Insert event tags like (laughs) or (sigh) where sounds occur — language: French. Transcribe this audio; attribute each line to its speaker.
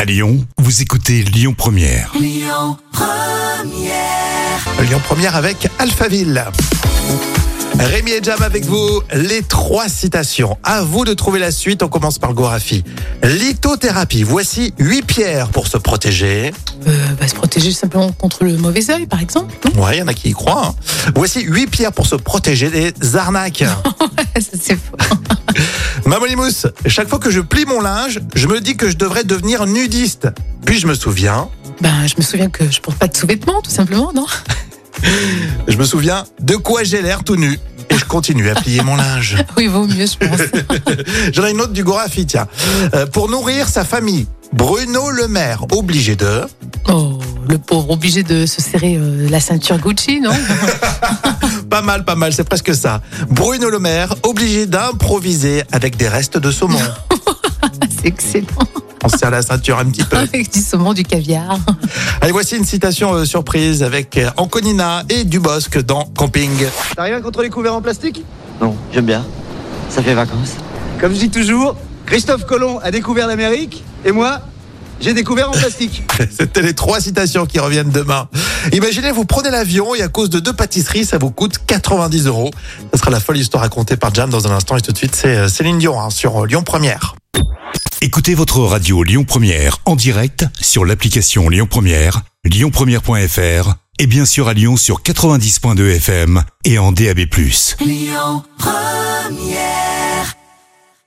Speaker 1: À Lyon, vous écoutez Lyon Première.
Speaker 2: Lyon Première avec Alphaville. Rémi et Jam avec vous, les trois citations. À vous de trouver la suite, on commence par le Gorafi. Lithothérapie, voici huit pierres pour se protéger.
Speaker 3: Euh, bah, se protéger simplement contre le mauvais œil, par exemple. non
Speaker 2: Ouais, il y en a qui y croient. hein. Voici huit pierres pour se protéger des arnaques.
Speaker 3: Ça, c'est faux.
Speaker 2: Mamolimous, chaque fois que je plie mon linge, je me dis que je devrais devenir nudiste. Puis je me souviens,
Speaker 3: Ben, je me souviens que je porte pas de sous-vêtements, tout simplement, non
Speaker 2: je me souviens de quoi j'ai l'air tout nu. Et je continue à plier mon linge.
Speaker 3: Oui, vaut mieux, je pense.
Speaker 2: J'en ai une autre du Gorafi, tiens. Euh, pour nourrir sa famille, Bruno Le Maire, obligé de...
Speaker 3: (laughs) Oh, le pauvre obligé de se serrer euh, la ceinture Gucci, non
Speaker 2: Pas mal, pas mal, c'est presque ça. Bruno Le Maire, obligé d'improviser avec des restes de saumon.
Speaker 3: (laughs) C'est excellent.
Speaker 2: On se serre la ceinture un petit peu.
Speaker 3: Avec du saumon, du caviar.
Speaker 2: Allez, voici une citation euh, surprise avec euh, Anconina et Dubosc dans Camping. (laughs)
Speaker 4: T'as rien contre les couverts en plastique
Speaker 5: Non, j'aime bien. Ça fait vacances.
Speaker 4: Comme je dis toujours, Christophe Colomb a découvert l'Amérique et moi, j'ai découvert en plastique.
Speaker 2: C'était les trois citations qui reviennent demain. Imaginez, vous prenez l'avion et à cause de deux pâtisseries, ça vous coûte 90 euros. Ça sera la folle histoire racontée par Jam dans un instant. Et tout de suite, c'est euh, Céline Dion hein, sur euh, Lyon Première.
Speaker 1: Écoutez votre radio Lyon Première en direct sur l'application Lyon Première, lyonpremière.fr et bien sûr à Lyon sur 90.2 FM et en DAB+.